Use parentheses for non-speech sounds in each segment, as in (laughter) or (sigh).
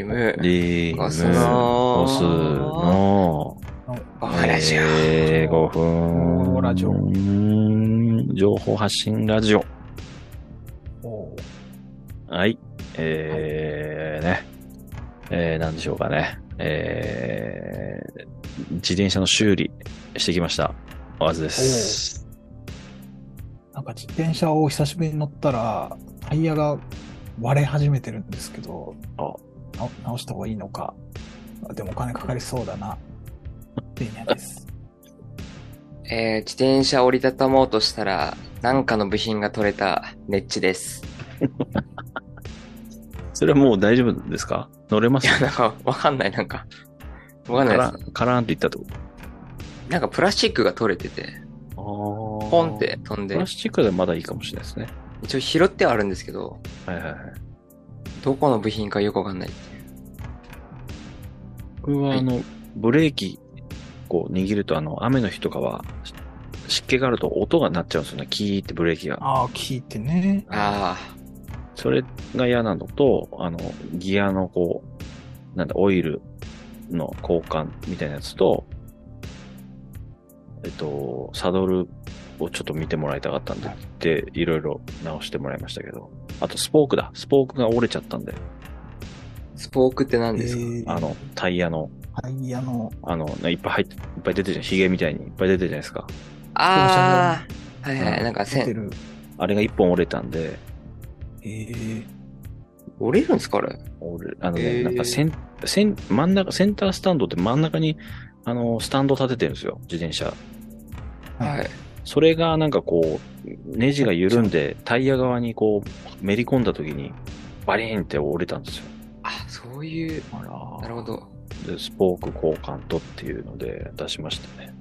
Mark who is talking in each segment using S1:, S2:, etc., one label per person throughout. S1: リング
S2: 押すの
S1: 押すの。
S2: お話を。
S1: えー、5分。
S3: ラジオ
S1: うーん情報発信ラジオ。
S3: おー
S1: はい。えー、ね。えー、なんでしょうかね。えー、自転車の修理してきました。わずです。
S3: なんか自転車を久しぶりに乗ったら、タイヤが割れ始めてるんですけど、
S1: あ
S3: な直した方がいいのか。あでもお金かかりそうだな。っていない
S2: (laughs)
S3: です。
S2: えー、自転車折りたたもうとしたら、なんかの部品が取れたネッチです。 (laughs)
S1: それはもう大丈夫ですか乗れま
S2: い
S1: す
S2: や、なんか、わかんない、なんか。わかんな
S1: カ
S2: いで
S1: ラン、カランって言ったと
S2: す。なんかプラスチックが取れてて、
S1: こ。あー
S2: ポンって。飛ん
S1: プ
S2: で
S1: ラ、スチックでまだいいかもしれないですね。
S2: 一応拾ってはあるんですけど、
S1: はいはいはい。
S2: どこの部品かよくわかんないっていう。
S1: 僕は
S2: はい
S1: あの、ブレーキ、こう握るとあの、雨の日とかは、し湿気があると音が鳴っちゃうんですよね。キーってブレーキが。
S3: ああ、聞いてね。
S2: あ
S1: それが嫌なのと、あの、ギアのこう、なんだ、オイルの交換みたいなやつと、えっと、サドルをちょっと見てもらいたかったんで、で、いろいろ直してもらいましたけど。あと、スポークだ。スポークが折れちゃったんで、
S2: あ、スポークって何
S3: え
S2: ですか、
S3: ー
S1: あの、タイヤの、
S3: タイヤの、
S1: あの、いっぱい入って、いっぱい出てるじゃん。ヒゲみたいにいっぱい出てるじゃないですか。
S2: ああ、はいは
S1: う
S2: い、
S1: ん
S2: なんか
S3: 出て
S2: 線、
S3: る。
S1: あれが一本折れたんで、
S3: えー、
S2: 折れるんですかあれ
S1: 折れあのね、
S2: へー
S1: なんかセン、セン、真ん中、センタースタンドって真ん中に、あの、スタンド立ててるんですよ、自転車。
S3: はい
S2: はい。
S1: それがなんかこう、ネジが緩んで、タイヤ側にこう、めり込んだ時に、バリーンって折れたんですよ。
S2: あ、そういう、
S1: あら
S2: なるほど。
S1: で、スポーク交換とっていうので出しましたね。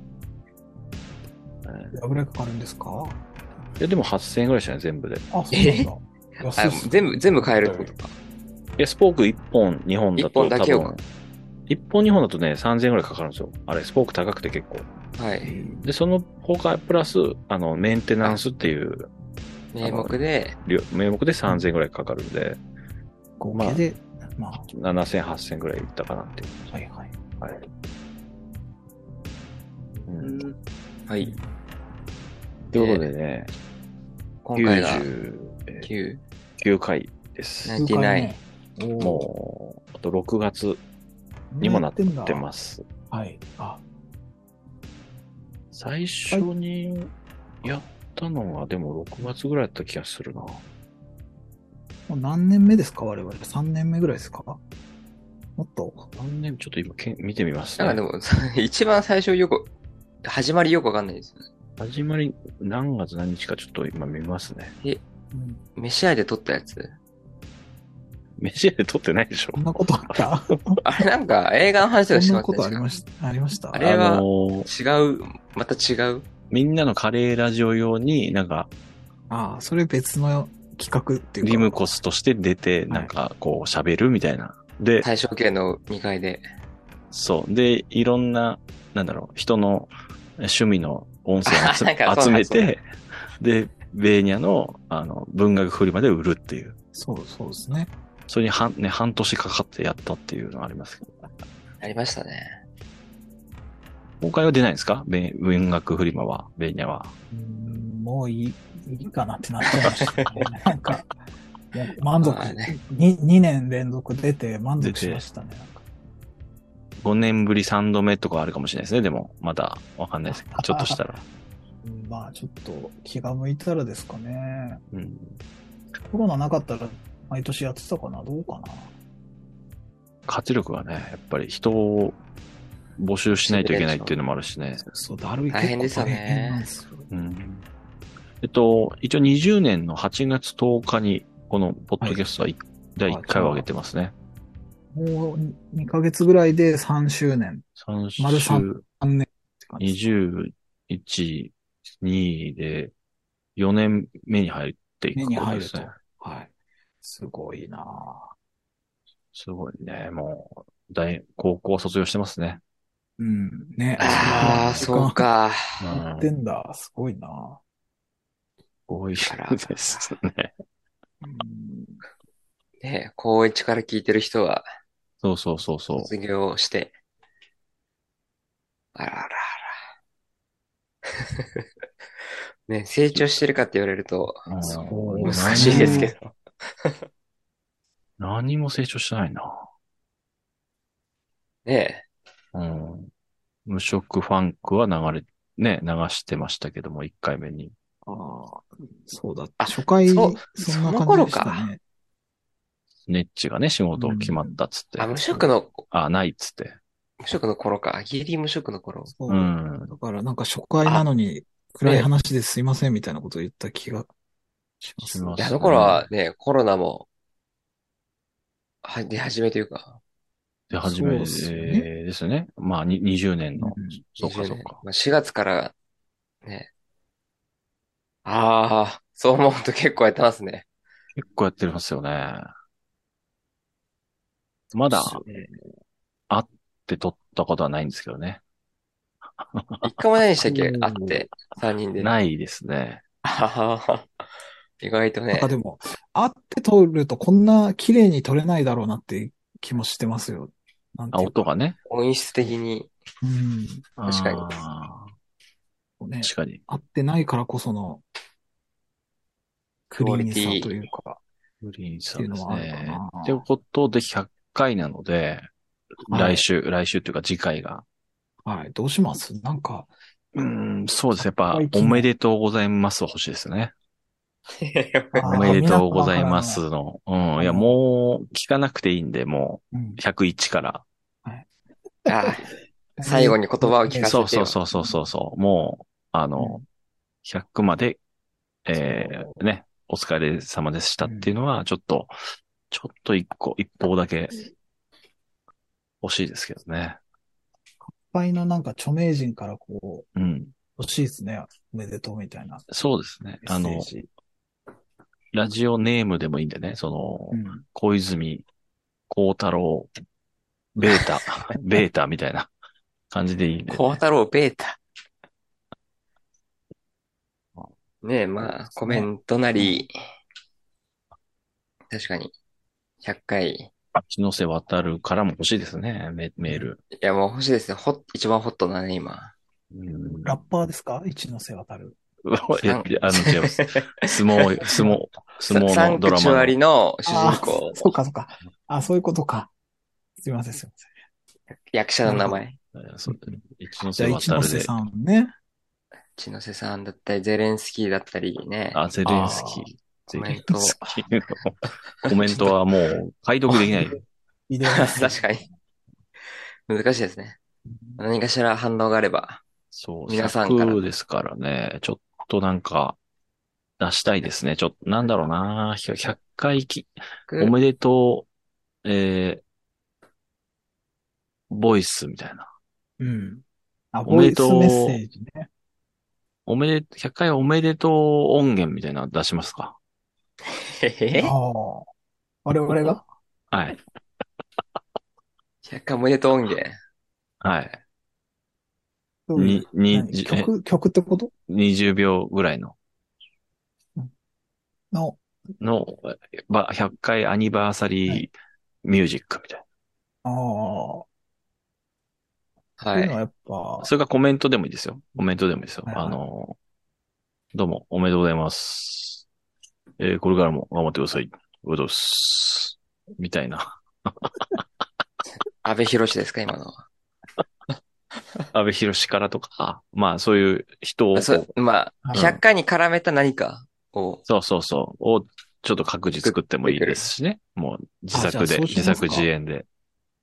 S1: え
S3: いくらかかるんですか
S1: ーいや、でも8000円ぐらいしたね、全部で。い
S3: あ、そうなんだ。
S2: あ
S3: 安いっすね
S2: 全部、全部変えるってことか。
S1: や、スポーク1本、2本だと
S2: 一本だけを
S1: 多分、1本2本だとね、3000円ぐらいかかるんですよ。あれ、スポーク高くて結構。
S2: は
S3: え
S2: い。
S3: ー
S1: で、その他、プラス、あの、メンテナンスっていう
S2: 名目で、
S1: りょ名目で3000円ぐらいかかるんで、
S3: 合計で、まあ、
S1: 7000、8000ぐらいいったかなっていう。
S3: はいはい。
S1: はい。う。
S2: うんんはい。
S1: ということでね、
S2: 今回が
S1: 99
S2: 9。
S1: 回です。
S2: ね99
S3: ねお
S1: もう、あと6月
S3: ー
S1: にもなって
S3: やんだ
S1: ます。
S3: はい。あ、
S1: 最初にやったのは、でも6月ぐらいだった気がするな。
S3: もう何年目ですか我々。3年目ぐらいですかもっと。
S1: 何年、ちょっと今けん見てみます
S2: なんかで
S1: ね。
S2: も、 (laughs) 一番最初よく、始まりよくわかんないですよね。
S1: 始まり何月何日かちょっと今見ますね。
S3: うん
S2: 飯屋で撮ったやつ。
S1: メジャーで撮ってないでしょ
S3: こんなことあった
S2: あれなんか映画の話とかし
S3: そ
S2: て
S3: ん
S2: ま
S3: な
S2: す
S3: こ
S2: ね。
S3: とありました。ありました。
S2: あれは
S1: の
S2: 違
S1: ー
S2: う、また違う。
S1: みんなのカレーラジオ用に、なんか、
S3: ああ、それ別の企画っていうか。
S1: リムコスとして出て、
S3: い
S1: なんか、こう、喋るみたいな。で、
S2: 大正系の2階で。
S1: そう。で、いろんな、なんだろう、人の趣味の音声を集
S2: なんか
S1: 集
S2: そうなん
S1: め
S2: ですね
S1: て、で、ベーニャの、あの、文学フリマで売るっていう。
S3: そうそうですね。
S1: それに半、ね、半年かかってやったっていうのはありますけど。
S2: ありましたね。
S1: 今回は出ないんですかベ文学フリマは、ベーニャは。
S3: うーんもういい、いいかなってなっちゃいまし
S2: (laughs)
S3: た、ね。なんか、もう満足、
S2: まあね
S3: に2年連続出て満足しましたね。なんか
S1: 5年ぶり3度目とかあるかもしれないですね。でも、まだわかんないですけど、ちょっとしたら。
S2: (laughs)
S3: うんまあちょっと気が向いたらですかね。
S1: うん。
S3: コロナなかったら毎年やってたかなどうかな
S1: 活力がね、やっぱり人を募集しないといけないっていうのもあるしね。
S3: そう、だるい
S2: 大変でしたね
S3: 結構大変なんですよ
S1: うん。えっと、一応20年の8月10日に、このポッドキャストは、第1回を上げてますね。
S3: もう2ヶ月ぐらいで3周年、
S1: 3
S3: 丸
S1: 週
S3: 三、3年って感じです。
S1: 21、2で、4年目に入っていく
S3: 目に
S1: こと
S3: 入
S1: で
S3: る
S1: す
S3: と
S1: ね。。
S3: はい。すごいなぁ
S1: すごいね。もう、大、高校は卒業してますね。
S3: うん、ね。
S2: ああ、そう。か。
S1: う
S3: や
S1: ん
S3: っ。てんだ。すごいなぁ
S1: 多い
S2: から
S1: ですね。
S3: うん
S2: ね、高一から聞いてる人は、
S1: そうそうそうそう。
S2: 卒業して。あらあらあら。 (laughs) ね、成長してるかって言われると
S1: うん
S3: そう
S2: 難しいですけど。
S1: 何も成長してないな。
S2: ね
S1: うん。無色ファンクは流れ、ね、流してましたけども、1回目に。
S3: ああ、そうだ。
S2: あ
S3: 初回、
S2: そ
S3: そ
S2: うん
S3: な感じでしたね。
S1: ネッチがね、仕事決まったっつって。
S2: え。あ、無職の、
S1: あ、ないっつって。
S2: 無職の頃か。ギリ無職の頃。
S3: そうう。
S1: ん。
S3: だからなんか初回なのに暗い話ですいませんみたいなこと言った気がします
S1: しま
S2: い
S1: す
S2: や、あの頃はね、コロナも、は、出始めというか、
S1: で、初め
S3: そうっすよね
S1: ですね。まあ、に20年の。
S3: うん
S1: そうか、
S2: 20
S1: そう
S2: 年
S1: か。
S2: まあ、4月から、ね。ああ、そう思うと結構やってますね。
S1: 結構やってますよね。まだ、
S3: そ
S1: 会って撮ったことはないんですけどね。
S2: 一回もないでしたっけ
S3: うん
S2: 会って、三人で。い。
S1: ないですね。
S2: 意外と
S3: なん
S2: ね
S3: か。でも、会って撮るとこんな綺麗に撮れないだろうなって気もしてますよ。なんて
S1: あ、
S3: いうか
S1: 音がね。
S2: 音質的に。
S3: うん。
S2: 確かに
S1: あ
S3: こうね
S1: ー。確かに。
S3: 会ってないからこその、クリーンさというか。
S1: グリーンさんです
S3: っていうのも
S1: ね
S3: あるか。な
S1: ってことで100回なので、
S3: はい
S1: 来週、来週というか次回が。
S3: はい。どうしますなんか、
S1: うん、そうですね。やっぱ
S3: 最、近
S1: お
S3: の
S1: めでとうございますは欲しいですね。
S3: あー
S1: おめでとうございますの。うん。いや、もう、聞かなくていいんで、も
S3: うん
S1: う、101から。
S2: あ最後に言葉を聞かせてよ
S1: そうそうそうそうそうそう。もう、あの、100まで、えー、ね、お疲れ様でしたっていうのは、ちょっと、ちょっと一個、一方だけ、欲しいですけどね。
S3: いっぱいのなんか著名人からこう、
S1: うん。
S3: 欲しいですね。おめでとうみたいな
S1: そうですね。
S3: メッ
S1: あ
S3: セ
S1: の
S3: ー、ジ。
S1: ラジオネームでもいいんでね、その、
S3: うん
S1: 小泉、孝太郎、ベー
S3: (laughs)
S1: タ、ベータみたいな感じでいいんで、
S2: コア太郎ベータ。ねえ、まあ、コメントなり、確かに、100回。
S1: 一ノ瀬渡るからも欲しいですね、メメール。
S2: いや、もう欲しいですね。ほっ、一番ホットだね、今。
S1: うん
S3: ラッパーですか一ノ瀬渡る。
S1: いやいやあの、違
S2: (laughs)
S1: います。相撲、
S3: (laughs)
S1: 相撲、相撲のド
S2: サンク
S1: ラ
S2: チュ
S1: マ
S2: アリの
S1: の。
S2: 主
S3: あ
S2: 人
S3: あ
S2: 公
S3: ー、、そうかそうか。あ、そういうことか。すいません、すいません。
S2: 役者の名前。
S1: そう一ノ
S3: じ
S1: 瀬
S3: ゃあ、一
S1: 渡
S3: ノ
S1: る
S3: 瀬
S1: で。
S3: さん (laughs) ね。
S2: 千之瀬さんだったり、ゼレンスキーだったりね。
S1: あ、ゼレンスキー。
S2: コ
S1: ゼ
S2: メ
S1: レ
S2: ント
S1: ンスキーの (laughs) コメントはもう解読できない。
S3: ビデオメッセー
S2: (laughs)
S3: ジ
S2: 確かに。難しいですね。何かしら反応があれば。
S1: そう、
S2: 皆さんから
S1: 100ですからね、ちょっとなんか、出したいですね。ちょっと、なんだろうな100 100回き、おめでとう、えー、ボイスみたいな。
S3: うん。あ、
S1: お
S3: ボ
S1: め
S3: イ
S1: で
S3: ス
S1: とう
S3: メッセージね。
S1: おめで、100回おめでとう音源みたいなの出しますか
S2: え
S3: ああ。我々が
S1: はい。
S2: ?100 回おめでとう音源。
S1: はい。
S3: どういう
S1: に、に、
S3: 何
S1: じ
S3: 曲、曲ってこと
S1: え20秒ぐらいの、
S3: の、
S1: の、ば100回アニバーサ
S3: は
S1: リーミュージックみたい
S3: ああ。って
S2: は。
S3: いうのはいやっぱ
S1: な。、それがコメントでもいいですよ。コメントでもいいですよ。
S3: はいはい
S1: あの、どうも、おめでとうございます。えーこれからも頑張ってください。おめでとうございます。みたいな。 (laughs)
S2: 安倍博士ですか、今のは。
S1: 安倍博士からとか、まあそういう人をこ
S2: あ
S1: う、
S2: そう、まあ、
S1: うん
S2: 100回に絡めた何かを、
S1: そうそうそう、をちょっと各自作ってもいいですしね。もう自作
S3: あじゃあ
S1: で、
S3: そうし
S1: 自
S3: ますか
S1: 作自演で。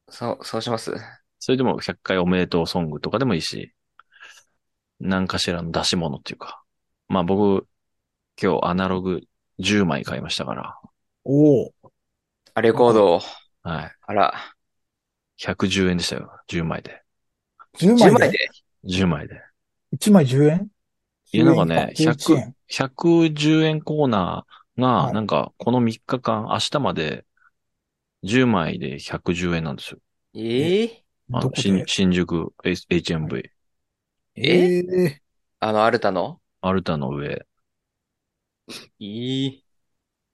S2: そう、そうします。
S1: それでも100回おめでとうソングとかでもいいし、何かしらの出し物っていうか。まあ僕、今日アナログ10枚買いましたから、
S3: おお、
S2: あ、レコードを。
S1: はい。
S2: あら、
S1: 110円でしたよ。10枚で。
S3: 10
S2: 10
S3: 枚
S2: 枚で。
S3: で
S1: 10枚で。
S3: ?1 枚10円
S1: いやなんかね
S3: 10円か
S1: 100
S3: 11円
S1: 110円コーナー
S3: は
S1: が、
S3: い
S1: なんかこの3日間、明日まで10枚で110円なんですよ。
S2: ええ
S1: あ
S3: ど
S1: の
S3: こ
S1: 新
S3: で
S1: 新宿 H- HMV、
S3: ええ
S2: あの、アルタの
S1: アルタの上。
S2: いい。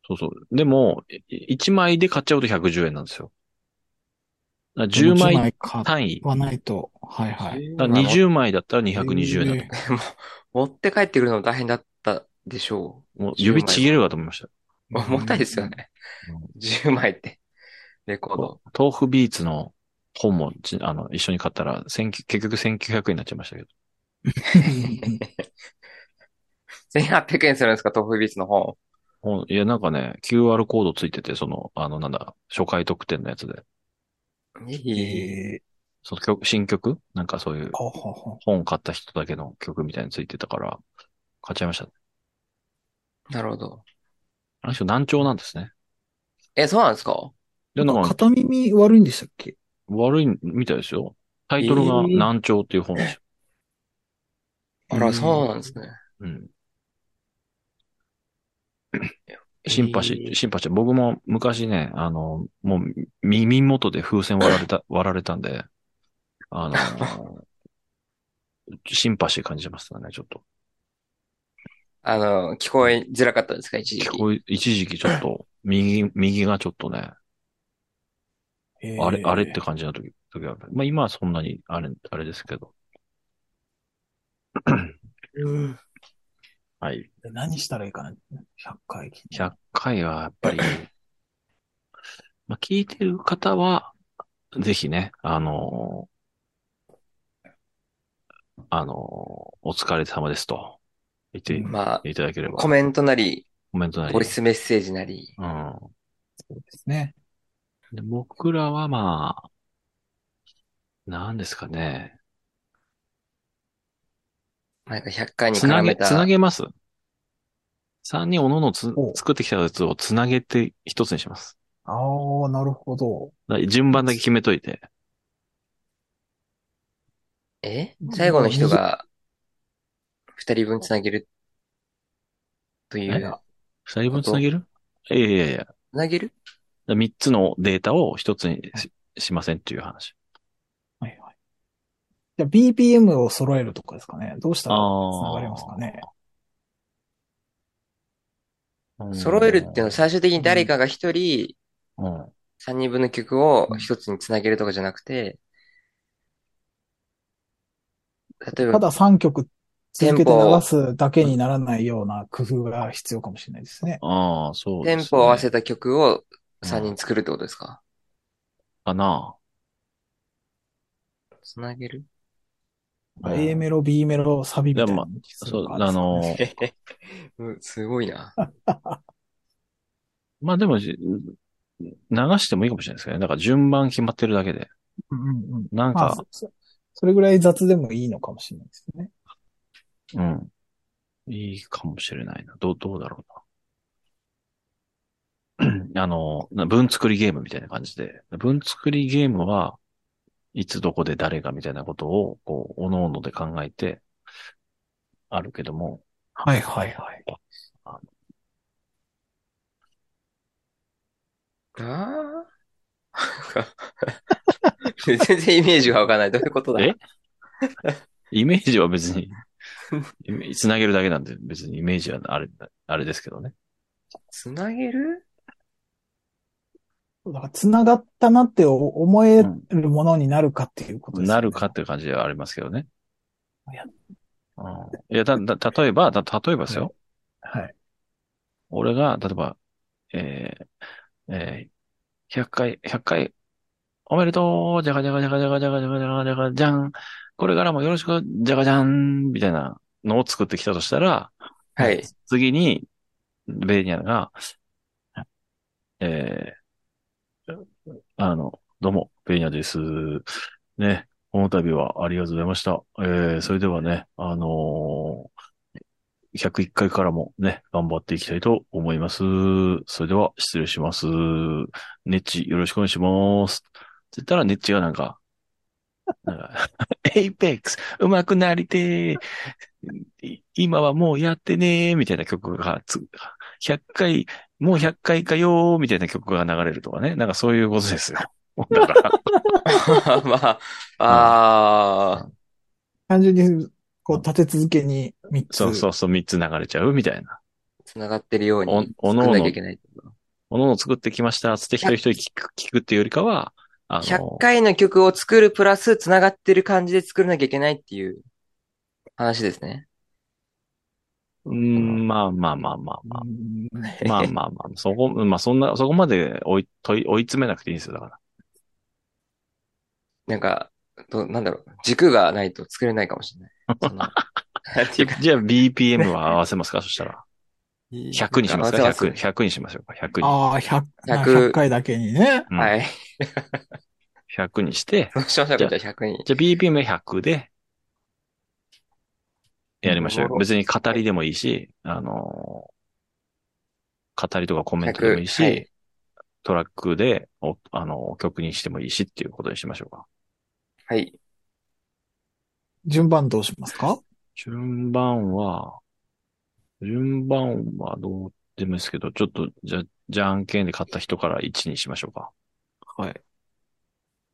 S1: そうそう。でも、1枚で買っちゃうと110円なんですよ。ら10
S3: 枚
S1: 枚
S3: 買
S1: 単位。
S3: わないと、はいはい。
S1: だから20枚だったら220円だ
S3: えー
S2: 持って帰ってくるの大変だったでしょ
S1: と。もう指ちぎれるかと思いました。
S2: う。重たいです
S3: (laughs)
S2: よね。10枚って。レコード。
S1: 豆腐ビーツの本もち、あの、一緒に買ったら、1900結局1900円になっちゃいましたけど。
S2: 1800円するんですか、豆腐ビーツの本。
S1: ほんいや、なんかね、QR コードついてて、その、あの、なんだ、初回特典のやつで、
S2: ええ
S3: えー
S1: その曲、新曲なんかそういう、
S3: ほうほうほう
S1: 本買った人だけの曲みたいについてたから、買っちゃいましたね。
S2: なるほど。
S1: あの人難聴なんですね。
S2: え、そうなんですか
S1: で、なんか、
S3: 片耳悪いんでしたっけ
S1: 悪いみたいですよ。タイトル
S3: え
S1: が
S3: ー
S1: 難聴っていう本ですよ。
S2: あら、
S3: うん
S2: そうなんですね。
S1: うん。 (coughs) シンパシ
S2: え
S1: ー、
S2: ー
S1: シンパシー。僕も昔ね、あの、もう耳元で風船割られ (coughs) た、割られたんで、あ (laughs) の、シンパシー感じましたね、ちょっと。
S2: あの、聞こえづらかったですか、一時
S1: 聞
S2: 期。
S1: こえ、一時期ちょっ (coughs) と、右、右がちょっとね、あれ、あれって感じの時、時はある。まあ今はそんなに、あれ、あれですけど。
S3: うん
S1: はい。
S3: で何したらいいかな ?100 回聞いて。
S1: 100回はやっ
S2: (clears throat)
S1: ぱり、まあ聞いてる方は、ぜひね、あのあのお疲れ様ですと言って
S2: まあ、
S1: いただければ。
S2: コメントなり、
S1: コメントなり。
S2: ボイスメッセージなり。
S1: うん。
S3: そうですね。
S1: で僕らはまあ、なんですかね。
S2: なんか100回に
S1: つ
S2: 絡
S1: な
S2: め
S1: げ、
S2: た。
S1: つなげます。三人おののつ
S3: おう
S1: 作ってきたやつをつなげて一つにします。
S3: ああ、なるほど。
S1: だから順番だけ決めといて。
S2: え最後の人が、二人分つなげる。とい
S1: え
S2: う。
S1: 二人分つなげるいやいやいや。だか
S2: つなげる
S1: ら三つのデータを一つにし,、ませんっていう話。
S3: はいはい。じゃあ BPM を揃えるとかですかね。どうしたら
S1: あー
S3: 繋がりますかね。
S2: 揃えるっていうのは
S1: の
S2: 最終的に誰かが一人、
S1: うん。
S2: 三人分の曲を一つにつなげるとかじゃなくて、例えば
S3: た、だ3曲続けて
S2: テンポ
S3: 流すだけにならないような工夫が必要かもしれないですね。
S1: ああ、そう
S2: テン
S1: です、ね。
S2: ポを合わせた曲を三人作るってことですか
S1: かな。
S2: つなげる
S1: うん
S3: A メロ、B メロ、サビみたいなのにする
S1: そう、
S3: とか
S1: あの、 (laughs)
S2: うんすごいな。
S1: まあでも、じ流してもいいかもしれないですけどね。だから順番決まってるだけで。
S3: うんうんうん。
S1: な
S3: ま
S1: んか
S3: あ、、そそれぐらい雑でもいいのかもしれないですね。
S1: うん。いいかもしれないな。 (clears throat) どう、どうだろうな。あの、な文作りゲームみたいな感じで。文作りゲームは、いつどこで誰がみたいなことを、こう、おのので考えて、あるけども、
S3: はいはいはい。
S2: あー (laughs) 全然イメージがわかんない。どういうことだ
S1: えイメージは別に、つなげるだけなんで、別にイメージはあれ、あれですけどね。
S2: つなげる
S3: だから繋がったなって思え
S1: うん
S3: るものになるかっていうことです、ね
S1: なるかっていう感じではありますけどね。
S3: いや
S1: うんいや、だ、だ、例えば、だ、例えばですよ。
S3: はい。
S1: 俺が、例えば、えー、えー、100回、100回、おめでとうじゃがじゃがじゃがじゃがじゃがじゃがじゃがじゃがじゃんこれからもよろしくじゃがじゃんみたいなのを作ってきたとしたら、
S2: はい。
S1: 次に、ベーニャが、えー、あの、どうも、ベーニャです。ね、この度はありがとうございました。えー、それではね、あのー101回からもね、頑張っていきたいと思います。それでは失礼します。ネッチよろしくお願いします。って言ったらネッチがなんか、なんか、 (laughs) エイペックス、うまくなりてー、い今はもうやってねー、みたいな曲がつ、100回、もう100回かよー、みたいな曲が流れるとかね。なんかそういうことですよ。
S2: (laughs)
S1: だから、
S2: まあ、ああ、
S3: 単純に、こう、立て続けに3つ。
S1: そうそうそう、3つ流れちゃうみたいな。
S2: つながってるように
S1: おおのおの
S2: 作んなきゃいけない。
S1: ものを作ってきました、つって一人一人聞く聞くっていうよりかは、あ
S2: 100
S1: の、
S2: 回の曲を作るプラス、繋がってる感じで作らなきゃいけないっていう話ですね。
S1: うん、まあまあまあまあ
S2: (laughs)
S1: まあ。
S3: うん
S1: まあまあまあ、そこ、まあそんな、そこまで追い、問い、追い詰めなくていいんですよ、だから。
S2: なんか、どなんだろう、軸がないと作れないかもしれない。そ
S1: (laughs)
S2: のなんていうか
S1: じゃあ BPM は合わせますかそした
S2: (laughs)
S1: ら。100にしますか
S2: 合わせ
S1: ?100、100にしましょうか。100に。
S3: ああ、100、
S2: 100
S3: 100回だけにね。
S1: うん
S2: はい。
S1: 100にして、
S2: そうしましょうか、じゃあ100人。
S1: じゃあ BPM 100で、やりましょう
S2: なる
S1: よ。
S2: ほど
S1: 別に語りでもいいし、あのー語りとかコメントでもいいし、
S2: 100はい
S1: トラックで、お、あのー曲にしてもいいしっていうことにしましょうか。
S2: はい。
S3: 順番どうしますか
S1: 順番は、順番はどうでもいいですけど、ちょっと、じゃ、じゃんけんで買った人から1にしましょうか。
S3: はい。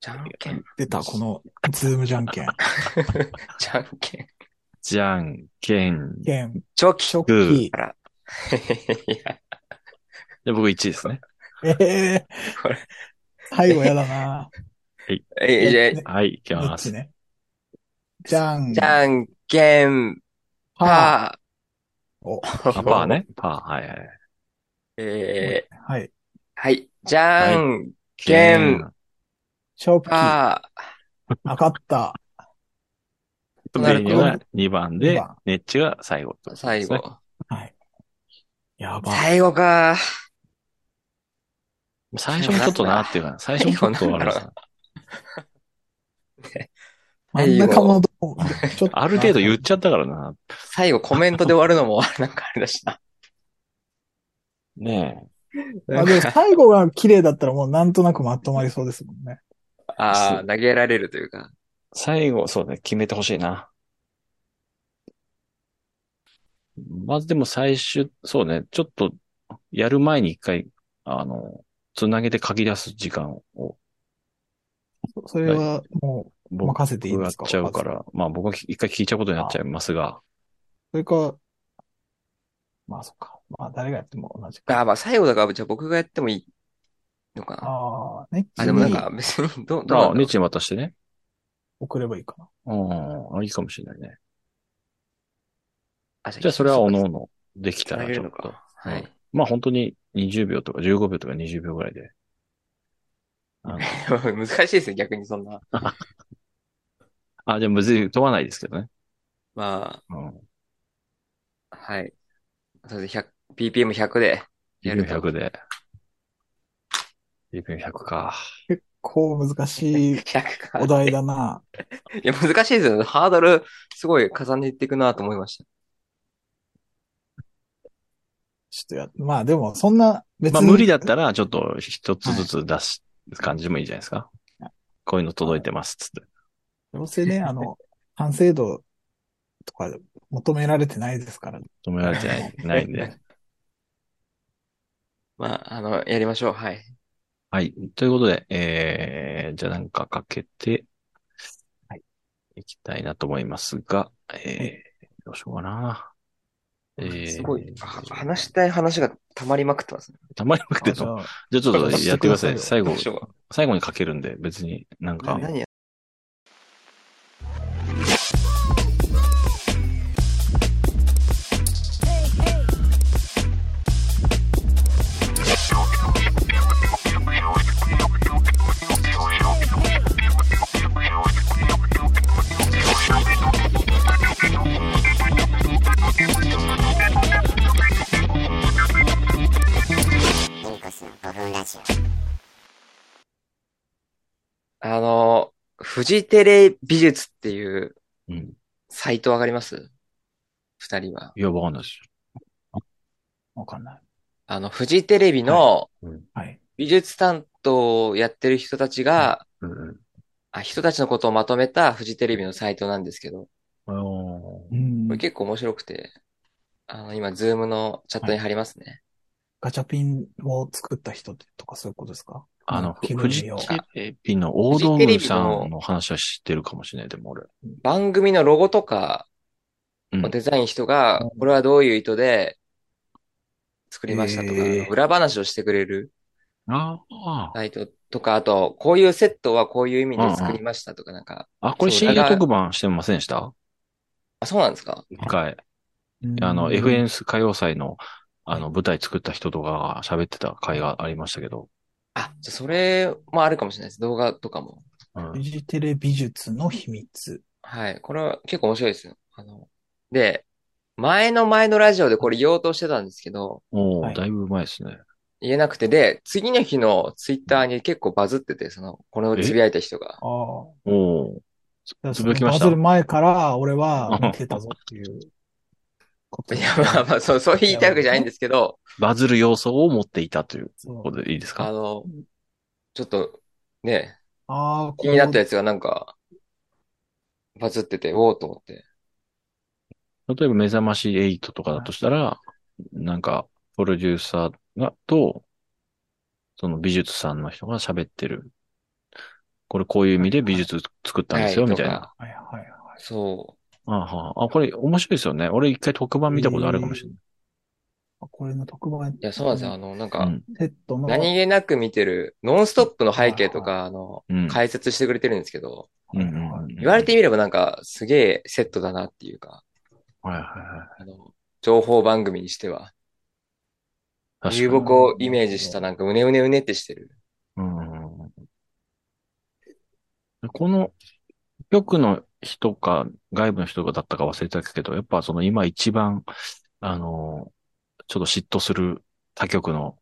S2: じゃんけ
S1: (laughs)
S2: ん。
S3: 出た、この、ズームじゃんけん。
S2: じゃんけん。
S1: じゃんけん。
S3: けん、
S2: チョキ。
S3: 初期。
S2: いや、
S1: で、僕1ですね。
S3: ええ
S2: これ。
S3: 最後やだな。
S2: (laughs) え、じゃあ
S3: ね
S1: はい、いき
S3: ど
S1: ま
S3: っち
S1: す。
S3: ね。じゃん、
S2: じゃんけん、
S3: パ
S2: パー。
S3: お
S1: あパー。ね。パー、はいはい。
S2: えー、
S3: ー。はい。
S2: はい。じゃんけん
S3: 初期。わ
S2: パー。
S3: かった。
S1: と、
S2: な
S1: ベ
S2: る
S1: ニ
S2: ほ
S1: ー
S2: ど
S1: が2番
S3: 二
S1: で
S3: 番、
S1: ネッチが最後と、
S2: 最後。。
S3: はい。やば。
S2: 最後か。
S1: 最初もちょっとなっていうか、最初もちょっとあれさ、
S3: 真ん中もどう、ちょっと
S1: ある程度言っちゃったからな。
S2: 最後コメントで終わるのも、なんかあれだしな。
S1: ね
S3: まあでも最後が綺麗だったらもうなんとなくまとまりそうですもんね。
S2: ああ、投げられるというか。
S1: 最後、そうね、決めてほしいな。まずでも最終、そうね、ちょっと、やる前に一回、あの、つなげて書き出す時間を
S3: そそれはもう
S1: 僕が
S3: 任せていいん
S1: や
S3: で
S1: っ
S3: すか
S1: ちゃうから、まあ僕は一回聞いちゃうことになっちゃいますが、
S3: それか、まあそっか。まあ誰がやっても同じ
S2: あ
S3: か。
S2: あ、まあ最後だから、じゃあ僕がやってもいいのかな。
S3: ああ、ね、
S2: あ、でもなんか別に、ど、どうな
S1: あ
S2: んだ
S1: あ、
S2: ろ
S1: ネ
S2: う
S1: ッチに渡してね。
S3: 送ればいいかな。
S1: うん、あ、いいかもしれないね。
S2: あ、じ
S1: じゃあそれはおの
S2: っ
S1: おのできたらちょっと。
S2: は
S1: うん
S2: い。
S1: まあ本当に20秒とか15秒とか20秒ぐらいで。あの
S2: 難しい (laughs) ですね、逆にそんな。
S1: あ、じゃあ別に問わないですけどね。
S2: ま
S1: うん。
S2: あ、はい。それで100、BPM100 でやると。
S1: 100で。100か。
S3: こう難しい
S2: 100か。
S3: お題だな。
S2: いや、難しいですよね。ハードル、すごい重ねていくなと思いました。
S3: ちょっとや、まあでもそんな別
S1: ま
S3: に。
S1: あ無理だったらちょっと一つずつ出す感じでもいいじゃないですか。こういうの届いてます。つって。
S3: ど
S2: (laughs)
S3: うせね、あの、完成度とか求められてないで
S2: (laughs)
S3: すから。
S1: 止められてないないんで。
S2: まあ、あの、やりましょう。はい。
S1: はい。ということで、えー、じゃあなんかかけて、
S3: はい。
S1: いきたいなと思いますが、えー、どうしようかな。えー、
S2: すごい、は話したい話が溜まりまくってますね。
S1: たまにかけて
S3: じ
S1: の
S3: ゃあ
S1: じゃあちょっとやってください。
S3: 私
S1: 最
S2: ど
S1: 後
S2: う、しよ
S1: 最後にかけるんで、別になん
S2: う。
S1: か、
S2: 何や
S4: ミンコスの5分ラジオ。
S2: あの、フジテレ美術っていう
S1: うん。
S2: サイトわかります二人は。
S1: いや、わかんないです。
S3: わかんない。
S2: あの、フジテレビの
S3: はい。
S2: 美術担当をやってる人たちが、
S1: うんうん。
S2: あ人たちのことをまとめたフジテレビのサイトなんですけど、
S1: あの
S3: うん
S2: これ。結構面白くて、あの、今、ズームのチャットに貼りますね。
S3: ガチャピンを作った人とかそういうことですか
S1: あの、
S3: 気
S1: フ
S3: 分
S1: ジ
S3: 見よう
S1: テレビの大道具さんの話は知ってるかもしれない、でも俺。
S2: 番組のロゴとか
S1: うん
S2: をデザイン人が
S3: う、ん
S2: これはどういう意図で作りましたとか
S3: へー、
S2: 裏話をしてくれる
S1: ああ。
S2: サイトとか、あと、こういうセットはこういう意味で作りましたとか、なんか、
S1: あ、これ
S2: そう
S1: 深夜
S2: だから
S1: 特番してませんでした
S2: あ、そうなんですか
S1: 一回。
S3: うん
S1: あの、FNS 歌謡祭の、あの、舞台作った人とかが喋ってた回がありましたけど。
S2: あ、じゃあそれもあるかもしれないです。動画とかも。
S1: うん
S3: フジテレ美術の秘密。
S2: はい。これは結構面白いですよ。あの、で、前の前のラジオでこれ言おうとしてたんですけど、
S1: お
S3: は
S1: ー、
S3: い
S1: だいぶ前ですね。
S2: 言えなくて、で、次の日のツイッターに結構バズってて、その、これをつぶやいた人が。
S3: ああ。
S1: おー。
S3: だから
S1: つ
S3: そ
S1: ぶや
S3: の
S1: きま
S3: バ
S1: し
S3: ズ
S1: た
S3: る。前から
S2: (laughs)
S3: 俺は見てたぞっていうこと
S2: いや、まあまあ、そう、そう言いたいわけじゃないんですけど、
S1: バズる要素を持っていたという
S3: そう
S1: ことでいいです
S2: あ
S1: か
S2: の、ちょっと、ね、
S3: ああ、
S2: 気になった
S3: こ
S2: やつがなんか、バズってて、おおと思って。
S1: 例えば、目覚まし8とかだとしたら、なんか、プロデューサーが、と、その美術さんの人が喋ってる。これこういう意味で美術作ったんですよ、
S2: はい
S1: みたい
S2: と
S1: な
S2: か。
S3: うはいはいはい。
S2: そ
S1: あはあ、これ面白いですよね。俺一回特番見たことあるかもしれない。
S3: あこれの特番
S2: う。いや、そうなんですよ。あの、なんか、
S1: うん
S3: セットの、
S2: 何気なく見てる、ノンストップの背景とか、あの、
S1: うん。
S2: 解説してくれてるんですけど、
S1: うんうんうん
S2: 言われてみればなんか、すげえセットだなっていうか、
S1: はいはいは
S2: あの、情報番組にしては、
S1: い。
S2: 流木をイメージしたなんか、うねうねうねってしてる。
S1: うんこの局の人か外部の人だったか忘れたけど、やっぱその今一番、あの、ちょっと嫉妬する他局の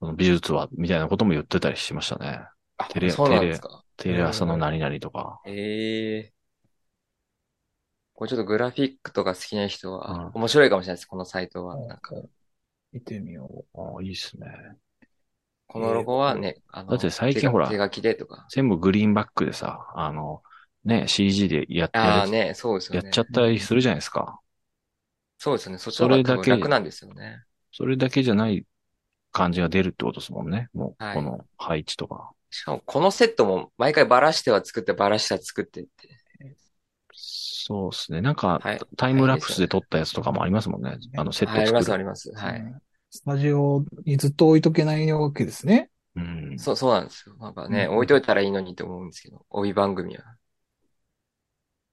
S1: その美術は、みたいなことも言ってたりしましたね。
S2: あ
S1: テレ、
S2: そうなんですか。
S1: テレ朝の何々とか。
S2: ええこれちょっとグラフィックとか好きな人
S1: うん
S2: は、面白いかもしれないです。このサイトは。
S3: うん
S2: なんか、
S3: 見てみよう。
S1: ああ、いいっすね。
S2: このロゴはね、あの、
S1: だって最近
S2: 手が
S1: ほら
S2: 手書きでとか。
S1: 全部グリーンバックでさ、あの、ね、CG でやって
S2: ああね、そうですよ
S1: やっ
S2: ね。
S1: ちゃったりするじゃないですか。
S2: そうですよね。そっちの方が多
S1: それだ
S2: 分
S1: け
S2: 楽なんですよね。
S1: それだけじゃない感じが出るってことですもんね。もう、
S2: はい
S1: この配置とか。
S2: しかも、このセットも毎回バラしては作って、バラしては作ってって。
S1: そうですね。なんか、
S2: はい。
S1: タイムラプスで撮ったやつとかもありますもんね。あの、セット
S2: はいありま
S1: を
S2: す、あ
S1: 作る。
S2: ります。はい。
S3: うん。スタジオにずっと置いとけないわけですね。
S1: うん。
S2: そう、そうなんですよ。なんかね、
S3: うん
S2: 置いといたらいいのにと思うんですけど、帯番組は。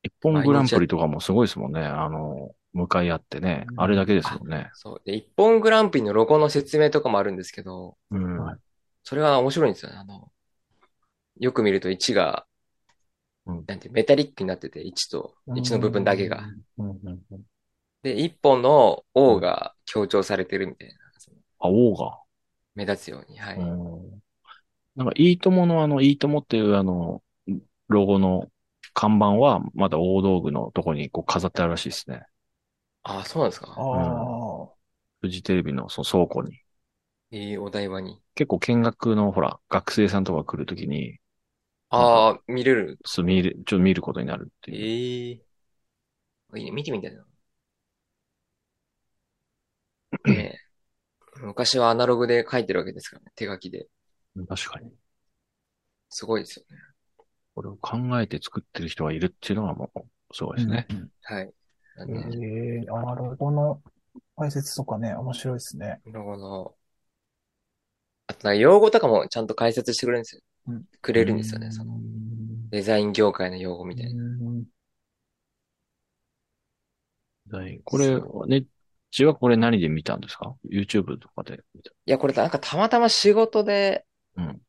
S1: 一本グランプリとかもすごいですもんね。あの、向かい合ってね。
S3: うん
S1: あれだけですもんね。
S2: そう。で、一本グランプリのロゴの説明とかもあるんですけど、
S1: うん。
S3: は
S2: それは面白いんですよね。あの、よく見ると1が
S1: うん、
S2: なんて、メタリックになってて、1と、1の部分だけが。
S1: うんうんうん
S2: で、1本の O が強調されてるみたいな、その
S1: あ、王が。
S2: 目立つように。はい。
S1: うんなんか、いいとものあの、いいともっていうあの、ロゴの看板は、まだ大道具のとこにこう飾ってあるらしいですね。
S2: ああ、そうなんですか。
S3: あ
S1: フジテレビのその倉庫に。
S2: ええお台場に。
S1: 結構見学のほら、学生さんとか来るときに、
S2: ああ、見れる。
S1: そう見る、ちょっと見ることになるっていう。
S2: ええいいね、見てみたいな。ねえ昔はアナログで書いてるわけですからね、手書きで。
S1: 確かに。
S2: すごいですよね。
S1: これを考えて作ってる人がいるっていうのはもう、すごいですね。
S2: はい。なん
S3: え
S2: で、
S3: えー、あロゴの解説とかね、面白いですね。
S2: ロゴの、あとなんか用語とかもちゃんと解説してくれるんですよ。
S3: うん
S2: くれるんですよね、その、デザイン業界の用語みたいな。
S3: うん
S1: はいこれ、ね、ちはこれ何で見たんですか ?YouTube とかで見た。
S2: いや、これなんかたまたま仕事で、
S1: うん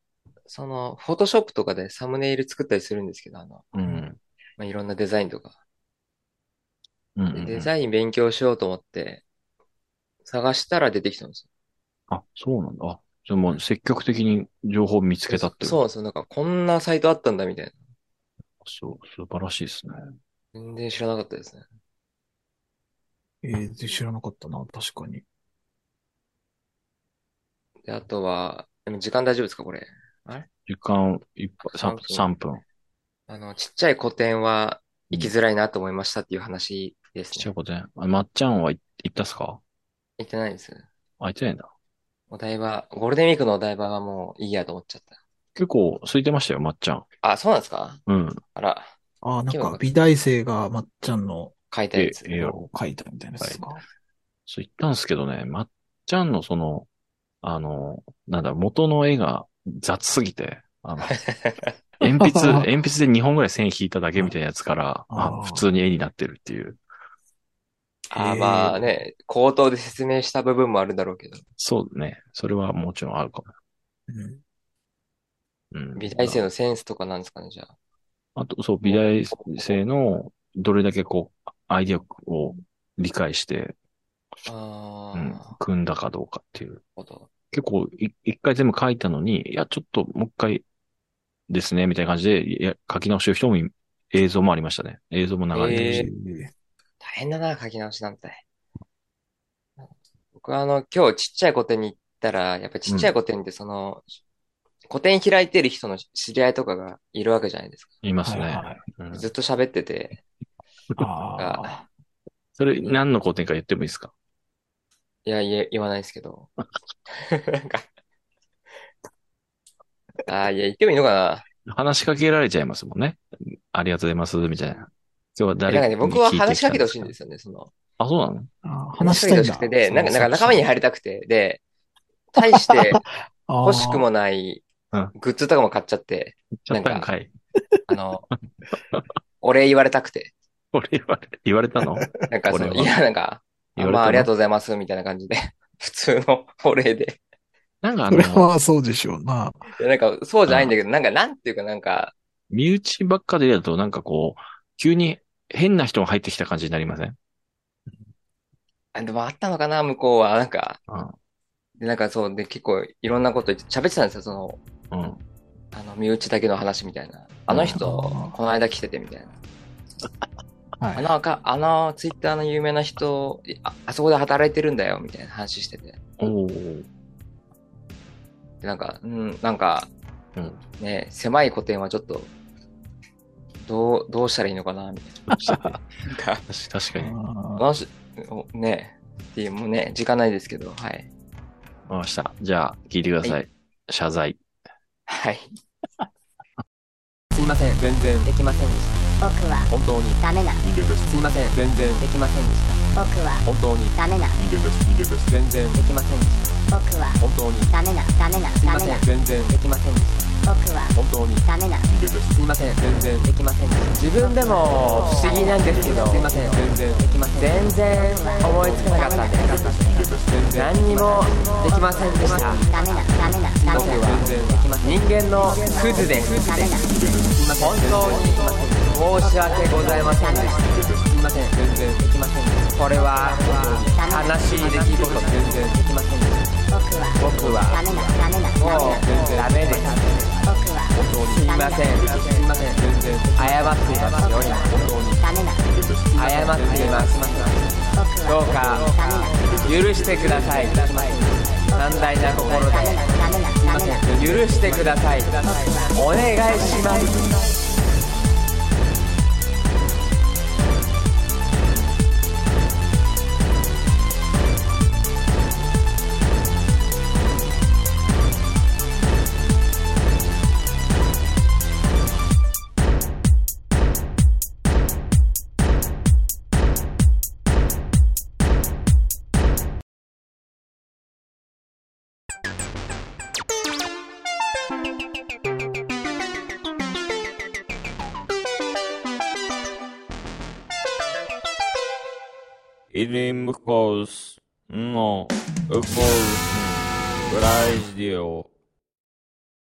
S2: その、フォトショップとかでサムネイル作ったりするんですけど、あの、
S1: うん。
S2: まあ、いろんなデザインとか。
S1: うんうんう
S2: で
S1: ん
S2: デザイン勉強しようと思って、探したら出てきたんですよ。
S1: あ、そうなんだ。あ、じゃあもう積極的に情報を見つけたっていう。
S2: そうなんですよ。なんか、こんなサイトあったんだみたいな。
S1: そう、素晴らしいですね。
S2: 全然知らなかったですね。
S3: えー、知らなかったな、確かに。
S2: で、あとは、でも時間大丈夫ですかこれ。
S1: 時間いっぱい、3分。
S2: あの、ちっちゃい個展は行きづらいなと思いましたっていう話です
S1: ちっちゃ
S2: ね
S1: い。ことね。あまっちゃんは行行ったっすか
S2: 行ってないです。
S1: あ、行ってないんだ。
S2: お台場、ゴールデンウィークのお台場はもういいやと思っちゃっ
S1: 結構空いてましたよ、まっちゃん。
S2: た。あ、そうなんですか
S1: うん。
S2: あら、
S3: ああ、なん
S2: 今日
S3: か
S2: は
S3: 美大生がまっちゃんの
S2: 書いたやつ。
S1: ええよ
S3: を書いたみたいなやつですか。
S1: そう行ったんですけどね、まっちゃんのその、あの、なんだろう、元の絵が雑すぎて、あの、
S2: (laughs)
S1: 鉛筆、鉛筆で2本ぐらい線引いただけみたいなやつ
S2: (laughs)
S1: から、
S3: あ
S1: あ普通に絵になってるっていう。
S2: あ
S3: え
S2: あ、
S3: ー
S2: まあね、口頭で説明した部分もあるだろうけど、
S1: そうね。それはもちろんあるかも。
S3: うん
S1: うん。
S2: 美大生のセンスとかなんですかね、じゃあ。
S1: あと、そう、美大生のどれだけこう、アイディアを理解して、
S2: ああ、
S1: う
S2: なんる、
S1: 組んだかどうかっていう。
S2: ほど。
S1: 結構、い一回全部書いたのに、いや、ちょっともう一回ですね、みたいな感じで、いや、書き直してる人もい映像もありましたね。映像も流れてるし。
S2: え大変だな、書き直しなんて。僕はあの、今日ちっちゃい個展に行ったら、やっぱちっちゃい個展ってその、個展開いてる人の知り合いとかがいるわけじゃないですか。
S1: いますね。
S3: はいはい
S1: うん
S2: ずっと喋ってて、
S3: あ
S1: それ、何の古典か言ってもいいですか
S2: いや、言え言わないですけど。なんか、ああ、いや、言ってもいいのかな。
S1: 話しかけられちゃいますもんね。ありがとうございます、みたいな。今日は
S2: え
S1: 誰。
S2: なんかね、僕は話しかけてほしいんですすよね、その。
S1: あ、そうなの
S3: ーあ
S2: 話
S3: ー、話
S2: し
S3: し
S2: かけてほ
S3: たいん
S2: し
S3: だ
S2: く。て、なんか、
S3: そ
S2: な
S3: の
S2: んか仲間に入りたくて、で、対して欲しくもない
S1: うん
S2: グッズとかも買っちゃって、
S1: ちょっとんかい。
S2: あの、お礼言われたくて、
S1: 俺言われ、言われた
S2: (laughs)
S1: の
S2: なんかその、
S1: 俺
S2: いや、
S1: は
S2: なんか、
S1: 言われたの
S2: まあ、ありがとうございます、みたいな感じで、 (laughs) 普通のお礼で。
S1: なんかあ
S3: それ
S1: の、
S3: はそうでしょうな。
S2: いやなんか、そうじゃないんだけど、なんか、なんていうか、なんか、
S1: 身内ばっかでやると、なんかこう、急に変な人が入ってきた感じになりません
S2: あでもあったのかな、向こうは、なんか、
S1: うん
S2: で、なんかそう、で、結構いろんなこと言って喋ってたんですよ、その、
S1: うん。
S2: あの、身内だけの話みたいな。あの人、
S3: うん
S2: この間来ててみたいな。
S3: はい
S2: あの、かあの、ツイッターの有名な人、いあ、あそこで働いてるんだよ、みたいな話してて。
S1: おー
S2: で、なんか、うん、なんか、
S1: うん。
S2: ね、狭い古典はちょっと、どう、どうしたらいいのかな、みたい
S1: 確か
S2: な。なんか、
S1: に確かに。
S3: (laughs)
S2: あ
S3: あ
S2: のし、おね、っていう、もうね、時間ないですけど、はい。
S1: わかりました。じゃあ、聞いてくださ。
S2: はい
S1: 謝罪。
S2: はい。
S5: すいません全然できませんでし
S4: 僕は
S5: た本当に
S4: ダメな
S5: 人間ですすいません全然できませんでし
S4: 僕は
S5: た本当に
S4: ダメな
S5: 人間です人間です全然できませんでした
S4: 僕は
S5: 本当に
S4: ダメなダメな
S5: すい
S4: ダ
S5: ま
S4: メ
S5: せ
S4: なん
S5: 全然できませんでした
S4: 僕は
S5: 本当に
S4: ダメな
S5: 人間ですすいません全然できませんでした
S2: 自分でも不思議なんですけど、
S5: すいません全然できませんで
S2: 全然思いつかなかったんで、
S5: した全然
S2: 何にもできませんでした。
S4: ダメなダメなダメ
S2: 僕
S4: な
S2: は
S5: 全然できません
S2: 人間のクズです。
S4: ダメな
S5: すいません
S2: 本当に申し訳ございませんでした。
S5: すいません全然できませんでした
S2: これは悲しい出来事です。
S5: 全然できませんでした
S4: 僕は
S2: 僕は
S4: ダメなダメなダメ
S2: も
S4: な
S2: うダメです。
S4: 僕は
S5: 本当に
S2: すいません。
S5: すいません全然
S2: 謝っていますよ。
S5: 本当に
S4: ダメな
S2: 今謝っています。
S4: 僕
S2: どう
S4: は
S2: か
S4: ダメな
S2: 許してください。寛大な心で
S4: ダメなダメなダメな
S2: 許してください。お願いします。
S6: Ilim Course の Course プライディオ